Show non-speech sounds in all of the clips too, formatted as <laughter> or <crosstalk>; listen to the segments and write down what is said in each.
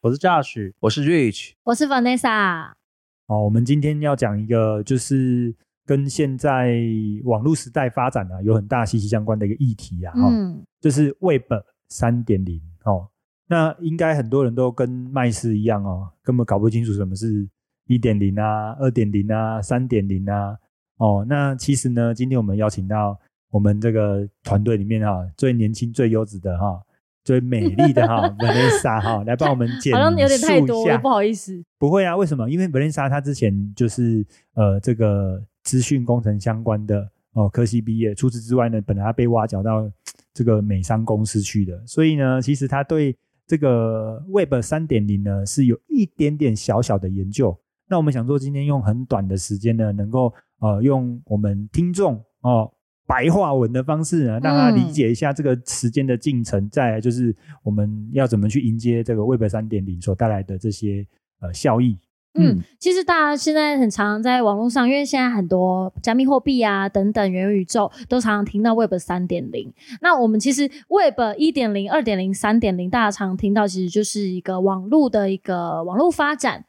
我是 Josh，我是 Rich，我是 Vanessa，哦，我们今天要讲一个就是跟现在网络时代发展啊有很大息息相关的一个议题啊，哈、嗯，就是 Web 三点零哦。那应该很多人都跟麦斯一样哦，根本搞不清楚什么是一点零啊、二点零啊、三点零啊。哦，那其实呢，今天我们邀请到我们这个团队里面哈、最年轻、最优质的哈、最美丽的 <laughs> 哈、Vanessa 哈、来帮我们简好像有点太述多一下了，不好意思。不会啊，为什么？因为 Vanessa 她之前就是呃这个资讯工程相关的哦科系毕业，除此之外呢，本来她被挖角到嘖这个美商公司去的，所以呢，其实她对这个 Web 三点零呢是有一点点小小的研究。那我们想说，今天用很短的时间呢，能够呃用我们听众哦。白话文的方式呢，让他嗯理解一下这个时间的进程，再来就是我们要怎么去迎接这个 Web 三点零所带来的这些呃效益。嗯，其实大家现在很常在网络上，因为现在很多加密货币啊等等元宇宙都常常听到 Web 三点零。那我们其实 Web 一点零、二点零、三点零，大家常听到其实就是一个网络的一个网络发展。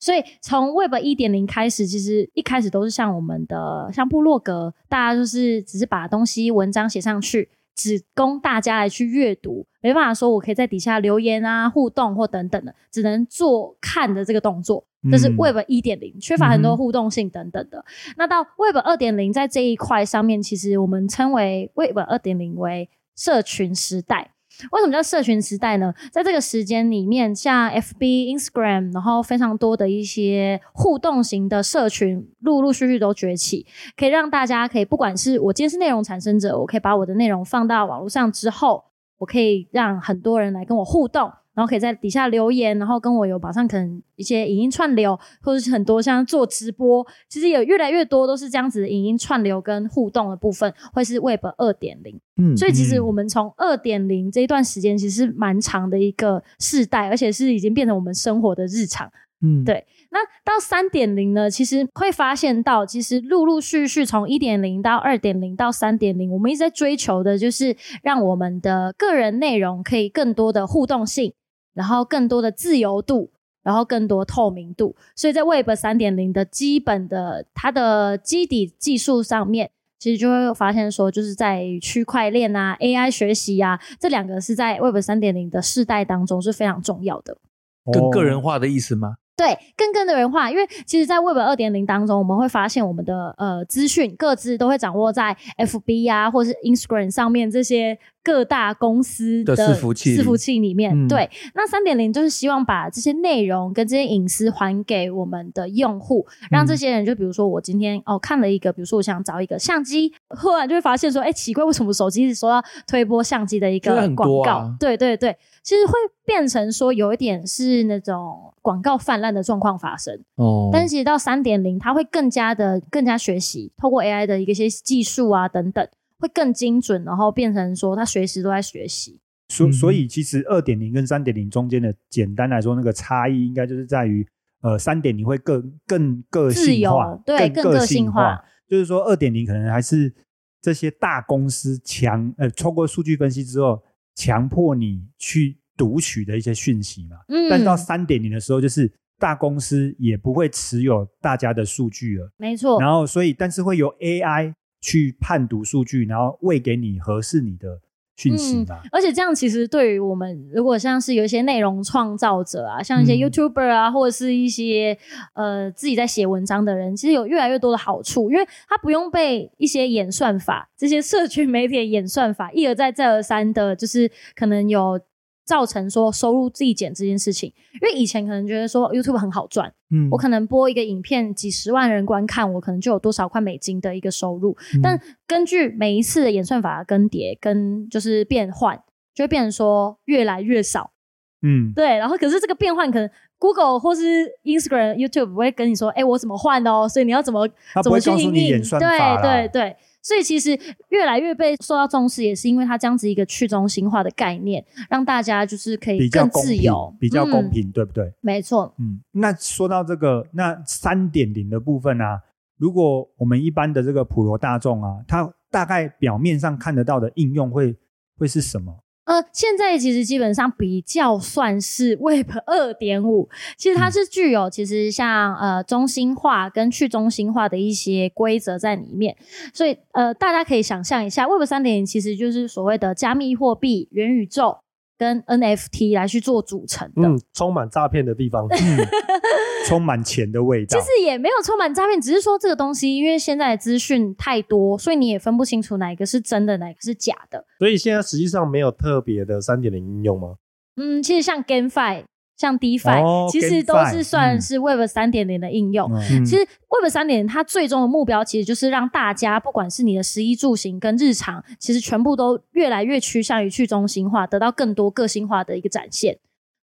所以从 Web 一点零开始，其实一开始都是像我们的像部落格，大家就是只是把东西文章写上去，只供大家来去阅读，没办法说我可以在底下留言啊、互动或等等的，只能做看的这个动作。这是嗯 Web 一点零，缺乏很嗯哼多互动性等等的。那到 Web 二点零在这一块上面，其实我们称为 Web 二点零为社群时代。为什么叫社群时代呢？在这个时间里面，像 FB、Instagram，然后非常多的一些互动型的社群，陆陆续续都崛起，可以让大家可以，不管是我今天是内容产生者，我可以把我的内容放到网络上之后，我可以让很多人来跟我互动，然后可以在底下留言，然后跟我有马上可能一些影音串流，或者是很多像做直播，其实有越来越多都是这样子的影音串流跟互动的部分，会是 Web 二点零。嗯所以其实嗯我们从二点零这一段时间，其实是蛮长的一个世代，而且是已经变成我们生活的日常。嗯对那到三点零呢，其实会发现到，其实陆陆续续从一点零到二点零到三点零，我们一直在追求的就是让我们的个人内容可以更多的互动性，然后更多的自由度，然后更多透明度。所以在 Web 三点零的基本的它的基底技术上面。其实就会发现说，就是在区块链啊、AI 学习啊，这两个是在 Web 三点零的世代当中是非常重要的。更个人化的意思吗？对，更更的人化，因为其实，在 Web 二点零当中，我们会发现我们的呃资讯各自都会掌握在 FB 啊，或是 Instagram 上面这些各大公司的伺服器里伺服器里面。嗯对，那三点零就是希望把这些内容跟这些隐私还给我们的用户，让嗯这些人就比如说我今天哦看了一个，比如说我想找一个相机，忽然就会发现说，哎，奇怪，为什么手机一直收到推播相机的一个现在很广多告？啊对对对，其实会变成说有一点是那种广告泛滥的状况发生，哦但是其实到三点零，它会更加的更加学习，透过 AI 的一个些技术啊等等，会更精准，然后变成说它随时都在学习。所嗯所以其实二点零跟三点零中间的，简单来说，那个差异应该就是在于，呃，三点零会更更个自性由化，对更个个性化化。就是说，二点零可能还是这些大公司强，呃，通过数据分析之后，强迫你去读取的一些讯息嘛。嗯，但是到三点零的时候，就是大公司也不会持有大家的数据了。没错，然后所以但是会由 AI 去判读数据，然后喂给你合适你的讯息吧。而且这样其实对于我们，如果像是有一些内容创造者啊，像一些嗯 YouTuber 啊，或者是一些呃自己在写文章的人，其实有越来越多的好处，因为他不用被一些演算法、这些社群媒体的演算法一而再、再而三的，就是可能有造成说收入递减这件事情。因为以前可能觉得说哦 YouTube 很好赚，嗯我可能播一个影片几十万人观看，我可能就有多少块美金的一个收入。嗯但根据每一次的演算法的更迭跟就是变换，就会变成说越来越少。嗯，对，然后可是这个变换可能 Google 或是 Instagram、YouTube 不会跟你说，哎，我怎么换的哦，所以你要怎么他怎不么会去告诉应你应演算法啦对对对，所以其实越来越被受到重视，也是因为它这样子一个去中心化的概念，让大家就是可以比较更公自平由，，比较公嗯平，对不对？没错，嗯，那说到这个，那三点零的部分啊，如果我们一般的这个普罗大众啊，他大概表面上看得到的应用会会是什么？呃，现在其实基本上比较算是 Web 二点五，其实它是具有其实像呃中心化跟去中心化的一些规则在里面，所以呃大家可以想象一下，Web 三点零其实就是所谓的加密货币、元宇宙跟 NFT 来去做组成的。嗯，充满诈骗的地方，嗯 <laughs> 充满钱的味道其，实也没有充满诈骗，只是说这个东西，因为现在的资讯太多，所以你也分不清楚哪一个是真的，哪一个是假的。所以现在实际上没有特别的三点零应用吗？嗯，其实像 GameFi、像 DeFi，、哦其实都 GameFi，是算嗯是 Web 三点零的应用。哦嗯其实 Web 三点，它最终的目标其实就是让大家，不管是你的食衣住行跟日常，其实全部都越来越趋向于去中心化，得到更多个性化的一个展现。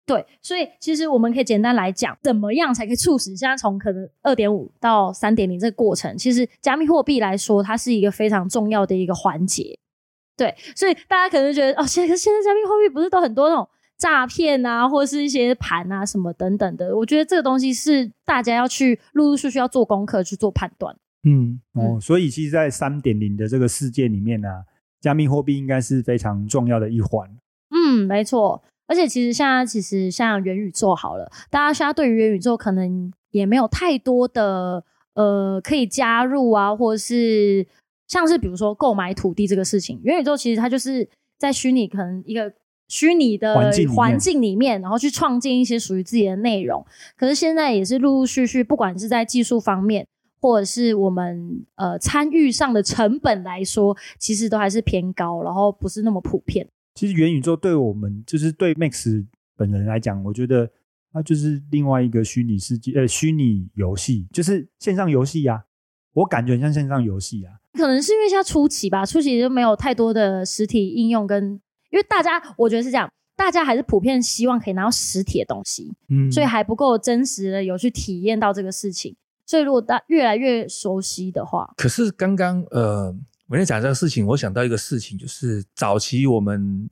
对，所以其实我们可以简单来讲，怎么样才可以促使现在从可能二点五到三点零这个过程，其实加密货币来说，它是一个非常重要的一个环节。对，所以大家可能觉得哦，现在现在加密货币不是都很多那种诈骗啊，或者是一些盘啊什么等等的。我觉得这个东西是大家要去陆陆续续要做功课去做判断。嗯，哦，所以其实，在三点零的这个世界里面呢、啊，加密货币应该是非常重要的一环。嗯，没错。而且其实现在其实像元宇宙好了，大家现在对于元宇宙可能也没有太多的呃可以加入啊，或者是像是比如说购买土地这个事情，元宇宙其实它就是在虚拟可能一个虚拟的环境里面环境里面，然后去创建一些属于自己的内容。可是现在也是陆陆续续，不管是在技术方面，或者是我们呃参与上的成本来说，其实都还是偏高，然后不是那么普遍。其实元宇宙对我们，就是对 Max 本人来讲，我觉得它就是另外一个虚拟世界，呃，虚拟游戏，就是线上游戏啊。我感觉很像线上游戏啊，可能是因为现在初期吧，初期就没有太多的实体应用跟，因为大家我觉得是这样，大家还是普遍希望可以拿到实体的东西，嗯所以还不够真实的有去体验到这个事情。所以如果大越来越熟悉的话，可是刚刚呃，我在讲这个事情，我想到一个事情，就是早期我们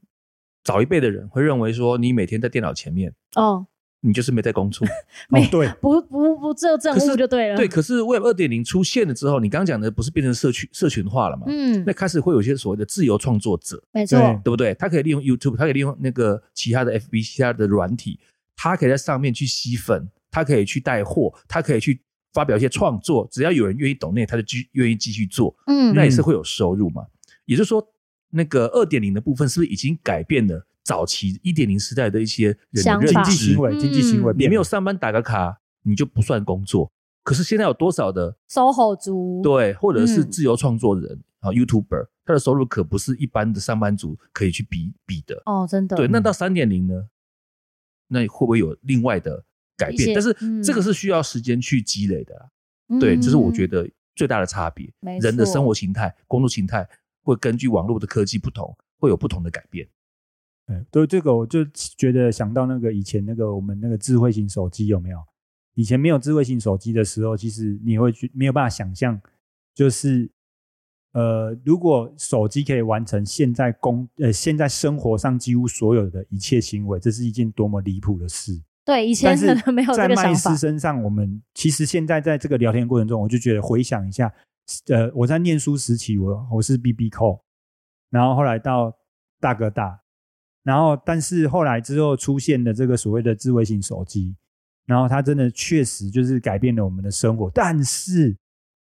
早一辈的人会认为说，你每天在电脑前面，哦，你就是没在工作。哦没，对，不不不，这证可物是就 <laughs> 对了。啊对，，可是 Web 二点零出现了之后，你刚刚讲的不是变成社区社群化了吗？嗯那，开始会有一些所谓的自由创作者，没错，对对不对？他可以利用 YouTube，他可以利用那个其他的 FB、其他的软体，他可以在上面去吸粉，他可以去带货，他可以去发表一些创作。只要有人愿意懂内，他就继愿意继续做，嗯，那也是会有收入嘛。也就是说，那个二点零的部分是不是已经改变了早期一点零时代的一些人的想认法经济知行？为，经济行为嗯变了你没有上班打个卡，你就不算工作。可是现在有多少的 SOHO 族，对，或者是嗯自由创作人啊、YouTuber，他的收入可不是一般的上班族可以去比比的。哦，真的，对，那到三点零呢？那会不会有另外的改一变些？但是嗯这个是需要时间去积累的啦、啊嗯对，这是我觉得得最大的差别。没人的错生活形态、工作形态会根据网络的科技不同，会有不同的改变。对，哎对这个我就觉得想到那个以前那个我们那个智慧型手机有没有？以前没有智慧型手机的时候，其实你会去没有办法想象，就是呃，如果手机可以完成现在工呃现在生活上几乎所有的一切行为，这是一件多么离谱的事。对以前但可是能没有在这个麦想斯法，身上，我们其实现在在这个聊天过程中，我就觉得回想一下，呃，我在念书时期，我我是 B B 扣，然后后来到大哥大，然后但是后来之后出现的这个所谓的智慧型手机，然后它真的确实就是改变了我们的生活，但是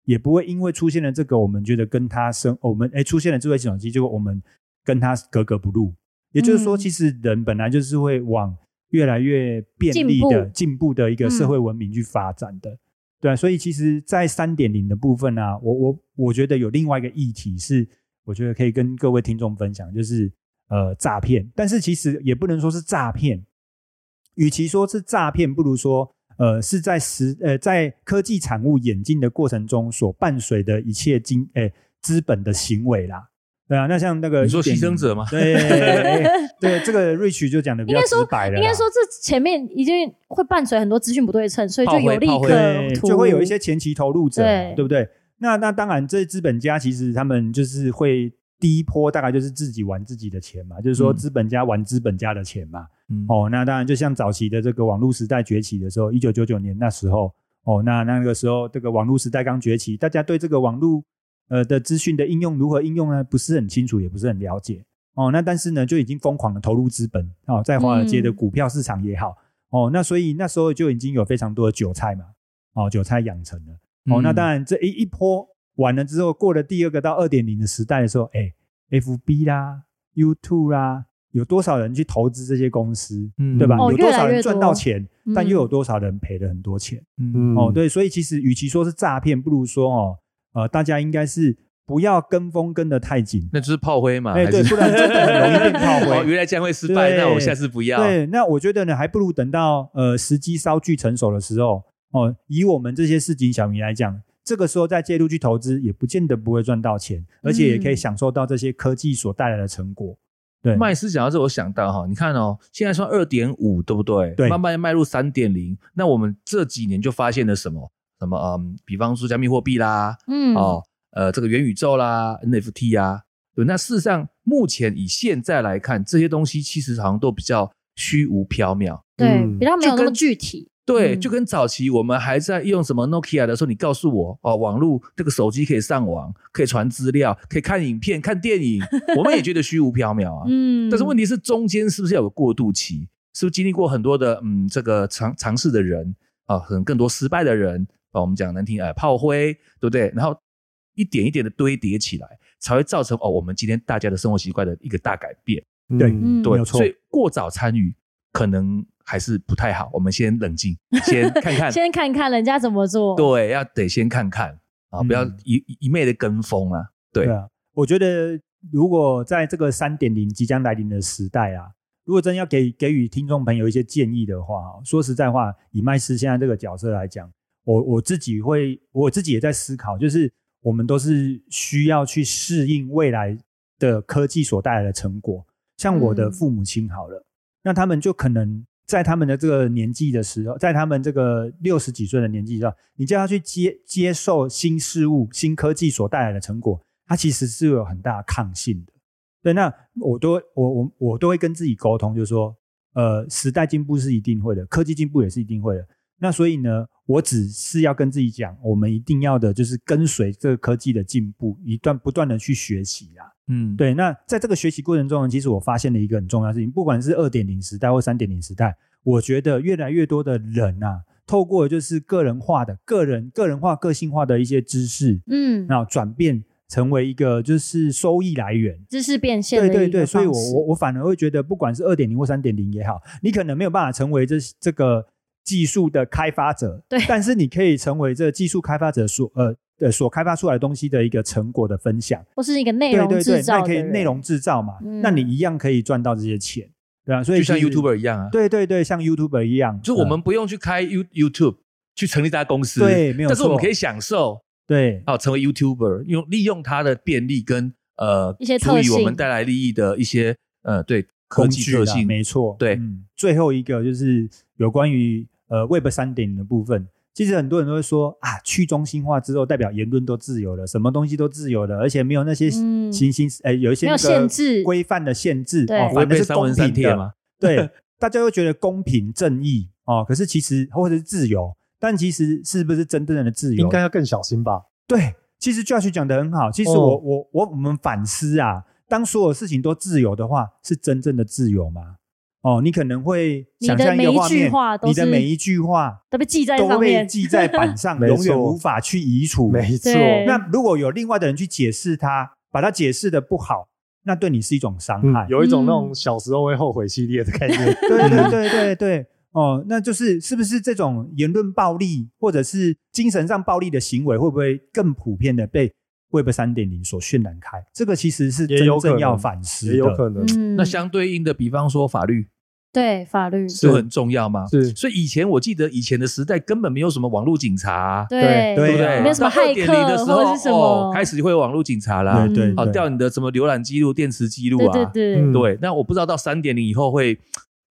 也不会因为出现了这个，我们觉得跟它生我们哎出现了智慧型手机，结果我们跟它格格不入。也就是说，嗯其实人本来就是会往越来越便利的进步嗯进步的一个社会文明去发展的。对啊、所以其实，在三点零的部分呢、我我我觉得有另外一个议题是，我觉得可以跟各位听众分享，就是呃诈骗。但是其实也不能说是诈骗，与其说是诈骗，不如说呃是在时呃在科技产物演进的过程中所伴随的一切经呃资本的行为啦。对啊，那像那个你说1.0牺牲者吗 <laughs> 对哎对，这个 Rich 就讲的比较应该直说白了啦，应该说这前面已经会伴随很多资讯不对称，所以就有利炮灰可对，图，就会有一些前期投入者嘛，对对不对？那那当然，这资本家其实他们就是会第一波大概就是自己玩自己的钱嘛，就是说嗯资本家玩资本家的钱嘛。 <laughs> 嗯哦，那当然就像早期的这个网络时代崛起的时候，一九九九年那时候，哦，那那个时候这个网络时代刚崛起，大家对这个网络呃的资讯的应用如何应用呢，不是很清楚，也不是很了解。哦，那但是呢，就已经疯狂的投入资本哦，在华尔街的嗯股票市场也好，哦，那所以那时候就已经有非常多的韭菜嘛，哦，韭菜养成了。嗯哦，那当然这一一波完了之后，过了第二个到二点零的时代的时候，哎，FB 啦、YouTube 啦，有多少人去投资这些公司，嗯对吧？哦有多少越来越人赚到多钱，但又嗯有多少人赔了很多钱？嗯哦，对，所以其实与其说是诈骗，不如说哦，呃，大家应该是不要跟风跟得太紧，那就是炮灰嘛，哎，还对，是不然真的很容易变 <laughs> 炮哦灰。原来这样会失败，对那我下次不要。对，那我觉得呢，还不如等到呃时机稍具成熟的时候，哦，以我们这些市井小民来讲，这个时候再介入去投资，也不见得不会赚到钱，而且也可以嗯享受到这些科技所带来的成果。对，麦斯讲到这，我想到哈，你看哦，现在算二点五，对不对？对慢慢迈入三点零。那我们这几年就发现了什么？什么嗯，比方说加密货币啦，嗯哦，呃，这个元宇宙啦，NFT 啊，对。那事实上，目前以现在来看，这些东西其实好像都比较虚无缥缈。对嗯比较没有就那跟么具体，对，嗯就跟早期我们还在用什么 Nokia 的时候，你告诉我哦，网络这个手机可以上网，可以传资料，可以看影片、看电 <laughs> 影，我们也觉得虚无缥缈啊。哦嗯，但是问题题是，中间是不是要有过渡期？是不是经历过很多的嗯，这个尝尝试的人啊，很更多失败的人啊，我们讲难听哎，炮灰，对不对？然后一点一点的堆叠起来，才会造成哦，我们今天大家的生活习惯的一个大改变。对嗯嗯，对，没有错所以过早参与可能还是不太好。我们先冷 <laughs> 静，先看看先看看人家怎么做，对，要得先看看啊，不要嗯一一一昧的跟风啊。对对啊，我觉得如果在这个三点零即将来临的时代啊，如果真要给给予听众朋友一些建议的话哦，说实在话，以麦斯现在这个角色来讲，我我自己会我自己也在思考，就是我们都是需要去适应未来的科技所带来的成果。像我的嗯父母亲好了，那他们就可能在他们的这个年纪的时候，在他们这个六十几岁的年纪上，你叫他去接接受新事物、新科技所带来的成果，他其实是有很大的抗性的。对，那我都会我我我都会跟自己沟通，就是说，呃，时代进步是一定会的，科技进步也是一定会的。那所以呢，我只是要跟自己讲，我们一定要的就是跟随这个科技的进步，一段不断的去学习啦。嗯，对，那在这个学习过程中呢，其实我发现了一个很重要的事情，不管是二点零时代或三点零时代，我觉得越来越多的人啊，透过就是个人化的、个人、个人化、个性化的一些知识，嗯，然后转变成为一个就是收益来源。知识变现的对一个对对，所以我方式我我反而会觉得，不管是二点零或三点零也好，你可能没有办法成为这这个技术的开发者，对但是你可以成为这技术开发者所呃呃所开发出来的东西的一个成果的分享。或是一个内对容对制对，造那的可以人内容制造嘛，嗯那你一样可以赚到这些钱，对啊，所以就像其实 YouTuber 一样啊，对对对，像 YouTuber 一样，就我们嗯不用去开 You YouTube 去成立大公司，对没有但是我们错可以享受对啊，成为 YouTuber，用利用它的便利跟呃一些赋特予性我们带来利益的一些呃对科技工具啦特性，没错，对嗯。最后一个就是有关于呃 Web 三点零的部分，其实很多人都会说啊，去中心化之后代表言论都自由了，什么东西都自由了，而且没有那些嗯行星呃有一些没有那个限制规范的限制，对哦不会反正被是三文公三平贴的吗？对，大家会觉得公平正义哦，可是其实或者是自由，但其实是不是真正的自由？应该要更小心吧？对，其实 Josh 讲的很好。其实我、哦我我我们反思啊，当所有事情都自由的话，是真正的自由吗？哦，你可能会你想的象一个每一画句面话，都你的是每一句话都被记在都上被面，记在板上， <laughs> 没永远错无法去移除。没错，对那如果有另外的人去解释它，把它解释的不好，那对你是一种伤嗯害。有一种那嗯种小时候会后悔系列的概念。 <laughs> 对对对对对，哦，那就是是不是这种言论暴力或者是精神上暴力的行为，会不会更普遍的被 Web 三点零所渲染开？这个其实是也真有可正能要反思的。也有可能。嗯，那相对应的，比方说法律对法律，就很重要吗？是所以以前我记得以前的时代根本没有什么网络警察啊、对对对不对？没有什么到骇客2.0的时或者候，是什么哦，开始会有网络警察啦对，对嗯好对调你的什么浏览记录、电池记录对啊，对对，嗯对那我不知道到三点零以后会，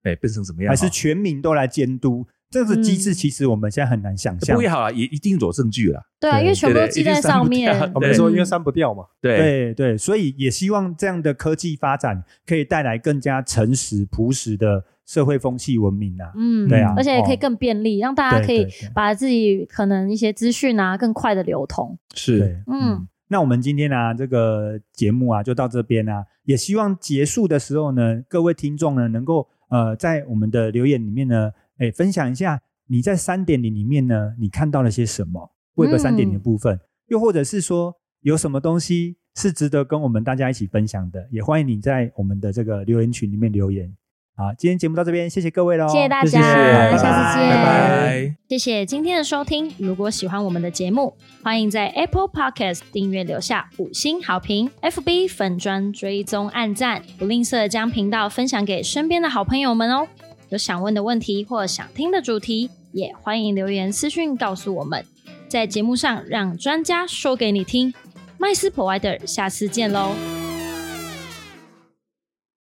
哎，变成什么样还啊？是全民都来监督这个机制，嗯其实我们现在很难想不象过。也好啦，也一定有证据啦。对啊，对因为全部都记在上面对对对一定删。不我掉们说，因为嗯删不掉嘛，对，对对，所以也希望这样的科技发展可以带来更加诚实、朴实的社会风气文明啊。嗯，对啊而且也可以哦更便利，让大家对可以对对把自己可能一些资讯啊更快的流通。是对，嗯嗯。那我们今天啊，这个节目啊，就到这边啊。也希望结束的时候呢，各位听众呢，能够呃，在我们的留言里面呢，哎，分享一下你在三点零里面呢，你看到了些什么？Web 三嗯点零的部分，又或者是说有什么东西是值得跟我们大家一起分享的，也欢迎你在我们的这个留言群里面留言。好，今天节目到这边，谢谢各位喽，谢谢大家谢谢下拜次拜见拜拜。谢谢今天的收听。如果喜欢我们的节目，欢迎在 Apple Podcast 订阅留下五星好评，FB 粉砖追踪按赞，不吝啬将频道分享给身边的好朋友们哦。有想问的问题或想听的主题，也欢迎留言私讯告诉我们，在节目上让专家说给你听。麦斯 Provider，下次见喽。